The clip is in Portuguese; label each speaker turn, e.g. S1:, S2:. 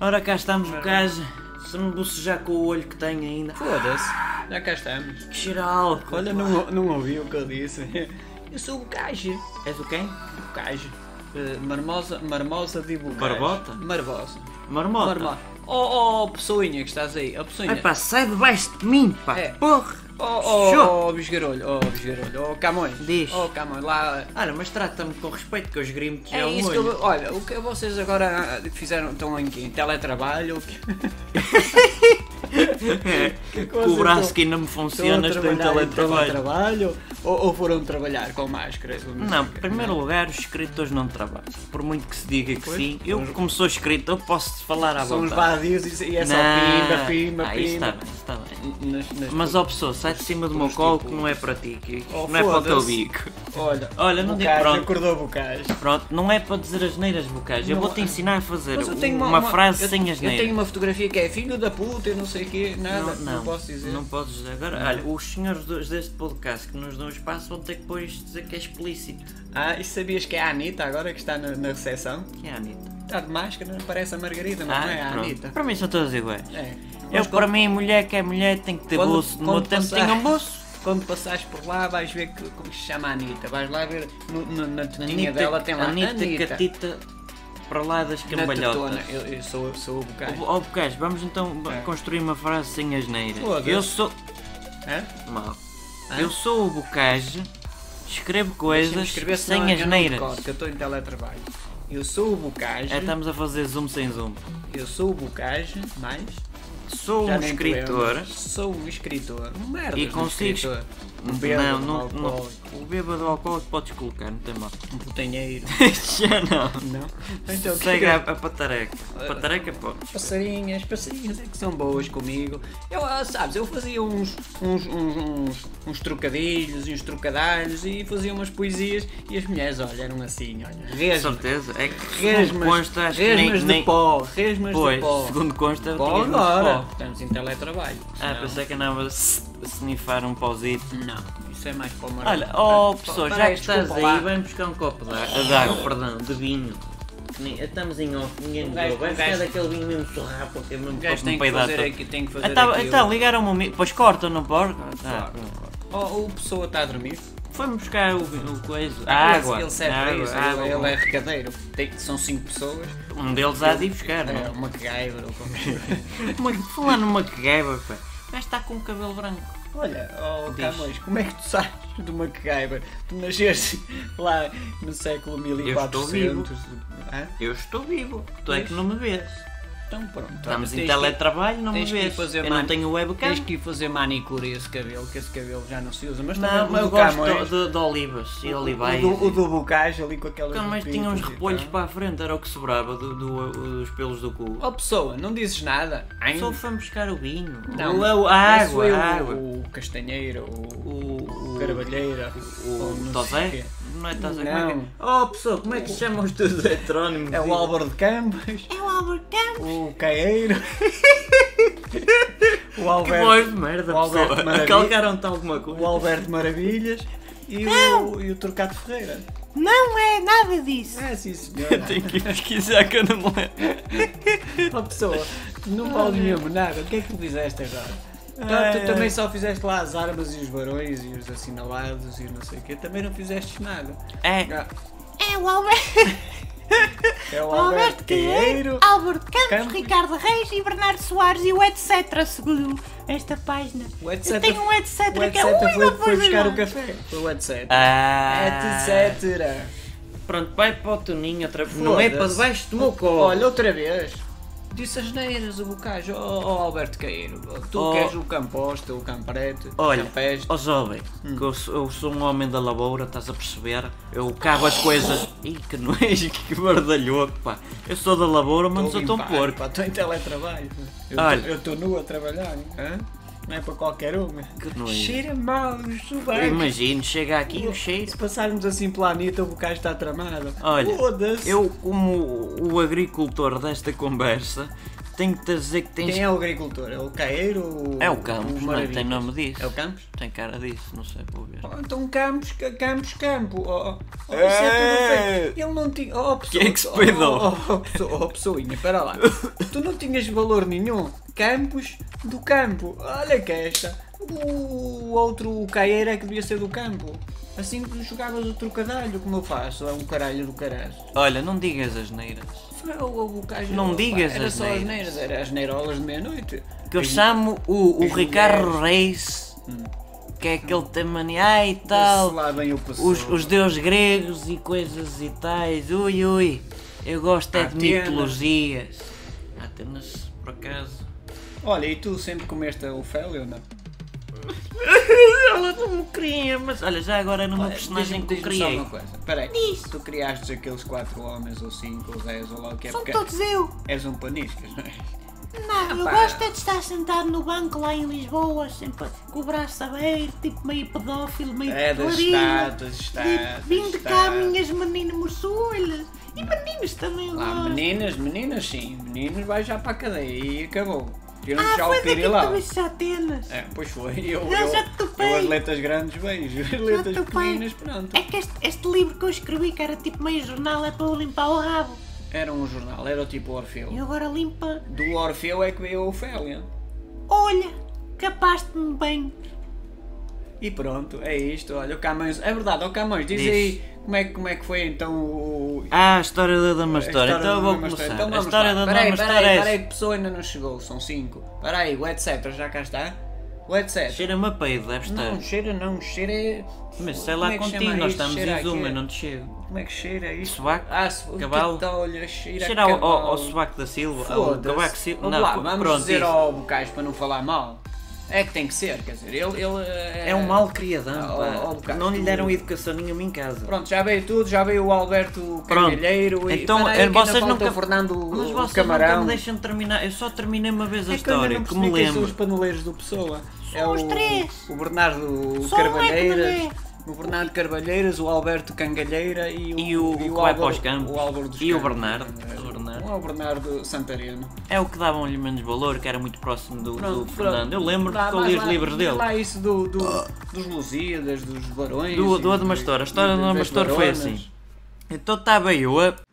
S1: Ora cá estamos, gajo. Se me bocejar com o olho que tenho ainda.
S2: Foda-se, já cá estamos.
S1: Que geral.
S2: Olha, não, não ouvi o que eu disse. Eu sou o gajo.
S1: És o quem?
S2: O gajo. Eh, Marmosa, marmosa de Bulgária.
S1: Marmota?
S2: Marmosa.
S1: Marmota.
S2: Marmosa. Oh, oh, pessoinha que estás aí. A pessoinha.
S1: Ai pá, sai debaixo de mim, pá.
S2: É.
S1: Porra.
S2: Oh, oh,
S1: Show.
S2: oh, bisgarolho, oh, bisgarolho, oh, Camões.
S1: Diz.
S2: Oh, Camões, lá.
S1: Ora, mas trata-me com respeito que eu esgrimo que
S2: É
S1: é um
S2: isso que
S1: olho.
S2: eu, Olha, o que vocês agora ah, fizeram, estão em, em teletrabalho. o que- que
S1: Com
S2: vocês
S1: o braço
S2: estão-
S1: que ainda me funciona,
S2: estão
S1: estou
S2: a
S1: em
S2: trabalhar então
S1: teletrabalho.
S2: teletrabalho, ou, ou foram trabalhar com máscaras? vamos
S1: Não, em
S2: dizer.
S1: primeiro lugar, os escritores não trabalham. Por muito que se diga que
S2: Pois,
S1: sim, eu, como sou escritor, posso falar à
S2: São os
S1: vontade.
S2: vadios e, e é só
S1: Não.
S2: pimba, pimba,
S1: Ah, isso está
S2: pimba.
S1: bem, isso está bem.
S2: Nas- nas-
S1: Mas, ó pessoa, sai de cima do meu
S2: Mas,
S1: colo
S2: tipo,
S1: que não é para ti, que
S2: Oh,
S1: não é para o teu
S2: foda-se.
S1: bico.
S2: Olha,
S1: Olha, não digo
S2: Bocage,
S1: pronto.
S2: acordou Bocage.
S1: Pronto, não é para dizer as neiras bocais, eu
S2: Não
S1: vou-te
S2: é.
S1: ensinar a fazer
S2: Mas eu tenho uma, uma-
S1: frase
S2: eu-
S1: sem as
S2: Eu
S1: neiras.
S2: tenho uma fotografia que é filho da puta e não sei o quê, nada, não, posso dizer.
S1: Não podes dizer. Agora, olha, os senhores dos- deste podcast que nos dão espaço vão ter que depois dizer que é explícito.
S2: Ah, e sabias que é a Anitta agora que está na, na recepção?
S1: Que é a Anitta?
S2: Está de máscara, parece a Margarida, mas não é a
S1: Ah, pronto.
S2: Anitta.
S1: Para mim são todas iguais.
S2: É.
S1: Eu,
S2: Mas
S1: para mim, mulher que é mulher tem que ter
S2: Quando-
S1: bolso. No meu
S2: quando
S1: tempo
S2: passar-
S1: tinha um bolso.
S2: Quando passares por lá vais ver que, como se chama a Anitta. Vais lá ver no- no- na tetinha
S1: Anitta,
S2: dela tem lá
S1: Anitta,
S2: Anitta.
S1: catita para lá das
S2: na
S1: cambalhotas.
S2: tetona. Eu, eu sou, sou o bocado.
S1: Ó oh, Bocage, vamos então b- construir uma frase sem asneiras.
S2: É. Foda-se.
S1: Eu sou.
S2: Hã?
S1: Mal.
S2: Hã?
S1: Eu sou o Bocage, escrevo
S2: Deixa-me
S1: coisas
S2: escrever, senão
S1: sem
S2: eu não me
S1: asneiras.
S2: recordo, que Eu estou em teletrabalho. Eu sou o Bocage.
S1: É, estamos a fazer zoom sem zoom.
S2: Eu sou o Bocage, mais.
S1: Sou
S2: Já
S1: um
S2: nem te
S1: escritor.
S2: lembras. Sou um escritor. Um merda.
S1: E
S2: de um
S1: consigo-
S2: escritor. Um
S1: não,
S2: bêbado, um
S1: não, não.
S2: alcoólico,
S1: O bêbado alcoólico podes colocar, não tem mal.
S2: um putanheiro.
S1: Já não.
S2: não? Então, o que é que
S1: Segue
S2: eu-
S1: a, a patareca. Patareca, pô.
S2: Passarinhas, passarinhas é que são boas comigo. Eu, ah, sabes, eu fazia uns, uns, uns, uns, uns trocadilhos e uns trocadalhos e fazia umas poesias e as mulheres, olha, eram assim, olha,
S1: Com
S2: resmas.
S1: certeza. É que segundo
S2: Resmas,
S1: consta, acho que nem.
S2: resmas de
S1: nem-
S2: pó, resmas de
S1: Pois,
S2: pó.
S1: segundo consta,
S2: Pó
S1: tinhas muito
S2: agora.
S1: pó.
S2: Estamos em um teletrabalho.
S1: Ah,
S2: Não.
S1: pensei que andava a s- a snifar um pauzito.
S2: Não, isso é mais para o Marão.
S1: Olha, oh
S2: Ah,
S1: pessoal, já
S2: peraí,
S1: que estás
S2: desculpa
S1: aí,
S2: lá.
S1: vamos buscar um copo de água, de água, perdão, de vinho. Nem- Estamos em off, ninguém me
S2: Um gajo-
S1: viu. Vai
S2: um
S1: ficar
S2: gajo-
S1: daquele vinho mesmo surrapo, que é mesmo
S2: O
S1: para
S2: um gajo
S1: me
S2: tem que
S1: peidar
S2: fazer
S1: todo.
S2: aqui, tem que fazer
S1: Então,
S2: aquilo.
S1: então ligaram-me o mi- Pois cortam, não porco? Ah,
S2: Claro. Oh, o pessoa está a dormir.
S1: Foi-me buscar o, o coisa, a água.
S2: É Ele, ele serve
S1: a
S2: para
S1: água,
S2: isso,
S1: a água.
S2: ele, ele é recadeiro. Tem- são cinco pessoas.
S1: Um deles há de ir buscar, não
S2: É,
S1: é?
S2: uma MacGyver ou como É.
S1: Uma- Fulano MacGyver, pá. O gajo está com o cabelo branco.
S2: Olha, oh
S1: Diz.
S2: Camões, como é que tu sabes do MacGyver? Tu nasceste lá no século
S1: Eu estou
S2: 1400.
S1: vivo.
S2: Hã?
S1: Eu estou vivo, tu é
S2: Pois.
S1: que não me vês.
S2: Então pronto.
S1: Estamos
S2: olha,
S1: em
S2: tens que-
S1: teletrabalho, não me
S2: tens que ir
S1: vês.
S2: fazer
S1: Eu não
S2: mani-
S1: tenho webcam.
S2: Tens que ir fazer manicure a esse cabelo, que esse cabelo já não se usa. Mas
S1: Não,
S2: também
S1: mas
S2: o
S1: eu
S2: do
S1: gosto
S2: Camões.
S1: de, de olivas e olivais.
S2: o, do, o do Bocage ali com aquelas.
S1: Mas tinha
S2: lupitas
S1: uns
S2: e tal.
S1: repolhos para a frente, era o que sobrava do- do- dos pelos do cu.
S2: Oh pessoa, não dizes nada. Ai,
S1: Só foi buscar o vinho,
S2: Não,
S1: o, a- a
S2: esse
S1: água,
S2: foi
S1: a
S2: o-
S1: água.
S2: O castanheiro, o,
S1: O,
S2: o
S1: o
S2: carvalheira, ou
S1: O
S2: não sei
S1: Tosé?
S2: quê.
S1: Não é Tosé?
S2: Não.
S1: Como é que... Oh, pessoal, como é que se chamam os teus heterónimos?
S2: É o Álvaro de Campos.
S1: É o Albert Campos.
S2: O Caeiro. o
S1: Que
S2: Alberto.
S1: voz de merda,
S2: o Alberto
S1: pessoal.
S2: Maravilha.
S1: Calcaram-te alguma
S2: O
S1: coisa?
S2: Alberto Maravilhas e o, e o Trocado Ferreira.
S1: Não é nada disso.
S2: Ah, sim senhora.
S1: Tenho que ir pesquisar que eu não me lembro.
S2: Uma pessoa, tu não vales mesmo nada. O que é que tu fizeste agora?
S1: Ai,
S2: Então, tu
S1: ai.
S2: também só fizeste lá as armas e os barões e os assinalados e não sei o quê. Também não fizeste nada.
S1: É,
S2: Ah,
S3: É o Alberto,
S2: É Ah, o
S3: o Alberto
S2: Alberto
S3: Queiro,
S2: Caeiro.
S3: Alberto Campos,
S2: Campos.
S3: Ricardo Reis e Bernardo Soares e o etc. segundo esta página.
S2: O etc.
S3: Tem um etc.
S2: O
S3: que é o
S2: etc.
S3: único
S2: Foi,
S3: que
S2: foi buscar o
S3: café.
S2: café. Foi o etc. É,
S1: Ah.
S2: Etc.
S1: Pronto, vai para o Toninho outra vez. Não é para
S2: Foda-se.
S1: debaixo do meu colo.
S2: Olha, outra vez. Disse as neiras, o bocage, ó oh, Alberto Caeiro. Tu
S1: Oh.
S2: queres o camposta, o camprete, o
S1: Olha,
S2: campeste.
S1: ó jovem, que eu sou, eu sou um homem da lavoura, estás a perceber? Eu cavo as coisas. Ih, que nojo, que bardalhoco, pá. Eu sou da lavoura, mas não sou tão porco.
S2: Estou em teletrabalho.
S1: Olha.
S2: Eu estou nu a trabalhar. Hã? Não é para qualquer uma.
S1: Que nojo.
S2: Cheira mal, os
S1: Eu
S2: subacos.
S1: imagino, chega aqui um o cheiro.
S2: Se passarmos assim pela Anitta, o bocage está tramado.
S1: Olha,
S2: Foda-se.
S1: eu como o agricultor desta conversa, Tenho que te dizer que tens.
S2: Quem é o agricultor? É o Caeiro?
S1: É o Campos, não é?
S2: Maravilhas?
S1: Tem nome disso.
S2: É o Campos?
S1: Tem cara disso, não sei, vou ver.
S2: Oh, então Campos, ca- Campos, Campo. Oh, oh, isso
S1: É.
S2: é tudo feio. Ele não tinha. Oh, pessoa,
S1: Quem é que se peidou?
S2: Oh, oh, oh, pessoa, oh, pessoinha, espera lá. tu não tinhas valor nenhum. Campos do campo. Olha que é esta. O outro Caeiro é que devia ser do campo. Assim que jogavas o trocadalho, como eu faço, é um caralho do caralho.
S1: Olha, não digas as neiras.
S2: Foi o- o- o gajo-
S1: Não
S2: pá,
S1: digas
S2: Era
S1: as
S2: só as neiras, era as neirolas de meia-noite.
S1: Que eu
S2: As-
S1: chamo o, o
S2: as
S1: Ricardo
S2: mulheres.
S1: Reis, que é aquele temani, ai e tal.
S2: Se lá bem eu passo.
S1: os, os deuses gregos e coisas e tais. Ui, ui. Eu gosto é de
S2: Atenas.
S1: mitologias. Atenas, por acaso.
S2: Olha, e tu sempre comeste o fel, eu não? é?
S1: Ela não me queria, mas olha, já agora era uma personagem que eu criei.
S2: Peraí,
S3: Diz.
S2: tu criaste aqueles quatro homens, ou cinco, ou dez, ou lá o que é,
S3: São
S2: porque
S3: todos eu.
S2: és um paniscas, não é?
S3: Não, eu
S2: pá.
S3: gosto é de estar sentado no banco lá em Lisboa, sempre com o braço aberto, tipo meio pedófilo, meio
S2: É, das
S3: clarinho.
S2: estátuas, estátuas,
S3: Vim de cá,
S2: estátuas.
S3: minhas meninas moçulhas. E meninos também eu
S2: Lá,
S3: gosto.
S2: meninas, meninas sim, meninos vai já para a cadeia e acabou. Eu não
S3: Ah,
S2: já
S3: foi
S2: o
S3: daqui
S2: queria
S3: que
S2: lá.
S3: tu viste Atenas.
S2: É, pois foi, eu, eu,
S3: Já já te topei.
S2: eu atletas grandes vejo, atletas
S3: Já te topei.
S2: pequeninas, pronto.
S3: É que este, este livro que eu escrevi, que era tipo meio jornal, é para eu limpar o rabo.
S2: Era um jornal, era o tipo Orfeu.
S3: E agora limpa.
S2: Do Orfeu é que veio a Ofélia.
S3: Olha, capaste-me bem.
S2: E pronto, é isto. Olha, o Camões. É verdade, o Camões, diz,
S1: Diz.
S2: aí como é, que- como é que foi então o.
S1: Ah, a história da Dama
S2: a história
S1: História. Então eu
S2: da
S1: vou
S2: Dama
S1: começar.
S2: História. Então
S1: A
S2: vamos
S1: história
S2: lá.
S1: da
S2: Peraí,
S1: Dama
S2: peraí,
S1: História é
S2: peraí,
S1: essa.
S2: que pessoa ainda não chegou, são cinco. Peraí, o etc. já cá está. O etc.
S1: Cheira-me a peido, deve estar.
S2: Não, cheira não, cheira é.
S1: Mas sei
S2: Como
S1: lá
S2: é que
S1: contigo,
S2: chama
S1: nós
S2: isto?
S1: estamos
S2: Cheira a
S1: em Zuma,
S2: quê?
S1: não te chego.
S2: Como é que cheira isto?
S1: Sovaco?
S2: Ah, se...
S1: Cavalo?
S2: que tal, olha, cheira,
S1: Cheira ao, ao, ao
S2: cavalo.
S1: sovaco da Silva, ao
S2: Foda-se.
S1: cabaco Silva.
S2: Vamos lá,
S1: pô,
S2: vamos
S1: pronto,
S2: dizer
S1: isso.
S2: ao Bocais para não falar mal. É que tem que ser, quer dizer, ele. ele eh,
S1: É um mal criadão,
S2: Ó, ó,
S1: pá.
S2: Bocais,
S1: Não lhe
S2: tu-
S1: deram educação nenhuma em casa.
S2: Pronto, já veio tudo, já veio o Alberto
S1: Pronto.
S2: Carrilheiro e
S1: Então,
S2: Espera aí,
S1: eh,
S2: que ainda
S1: vocês
S2: falta
S1: nunca
S2: o Fernando
S1: Mas
S2: o
S1: vocês nunca
S2: Camarão.
S1: me deixam terminar. Eu só terminei uma vez a
S2: É que É eu ainda
S1: história,
S2: não
S1: que
S2: percebi
S1: me
S2: quem são os
S1: lembro.
S2: paneleeiros do Pessoa. É
S3: São os três.
S2: O Bernardo
S3: Só um é que não
S2: Carvalheiras. O Bernardo Carvalheiras, o Alberto Cangalheira e o,
S1: E o que vai para os campos.
S2: o Álvaro dos
S1: E o
S2: Campos.
S1: Bernardo.
S2: É,
S1: O Bernardo.
S2: Não é o Bernardo Santareno.
S1: É o que davam-lhe menos valor, que era muito próximo do, do
S2: Pronto,
S1: Fernando. Eu
S2: pronto.
S1: lembro
S2: Dá-
S1: que eu
S2: dá
S1: li os
S2: lá-
S1: livros
S2: diz
S1: dele.
S2: lá isso do, do- dos Lusíadas, dos Barões.
S1: Do- do
S2: e
S1: Adamastor. A história
S2: e
S1: do
S2: das
S1: Adamastor foi
S2: Baronas.
S1: assim. Então estava eu a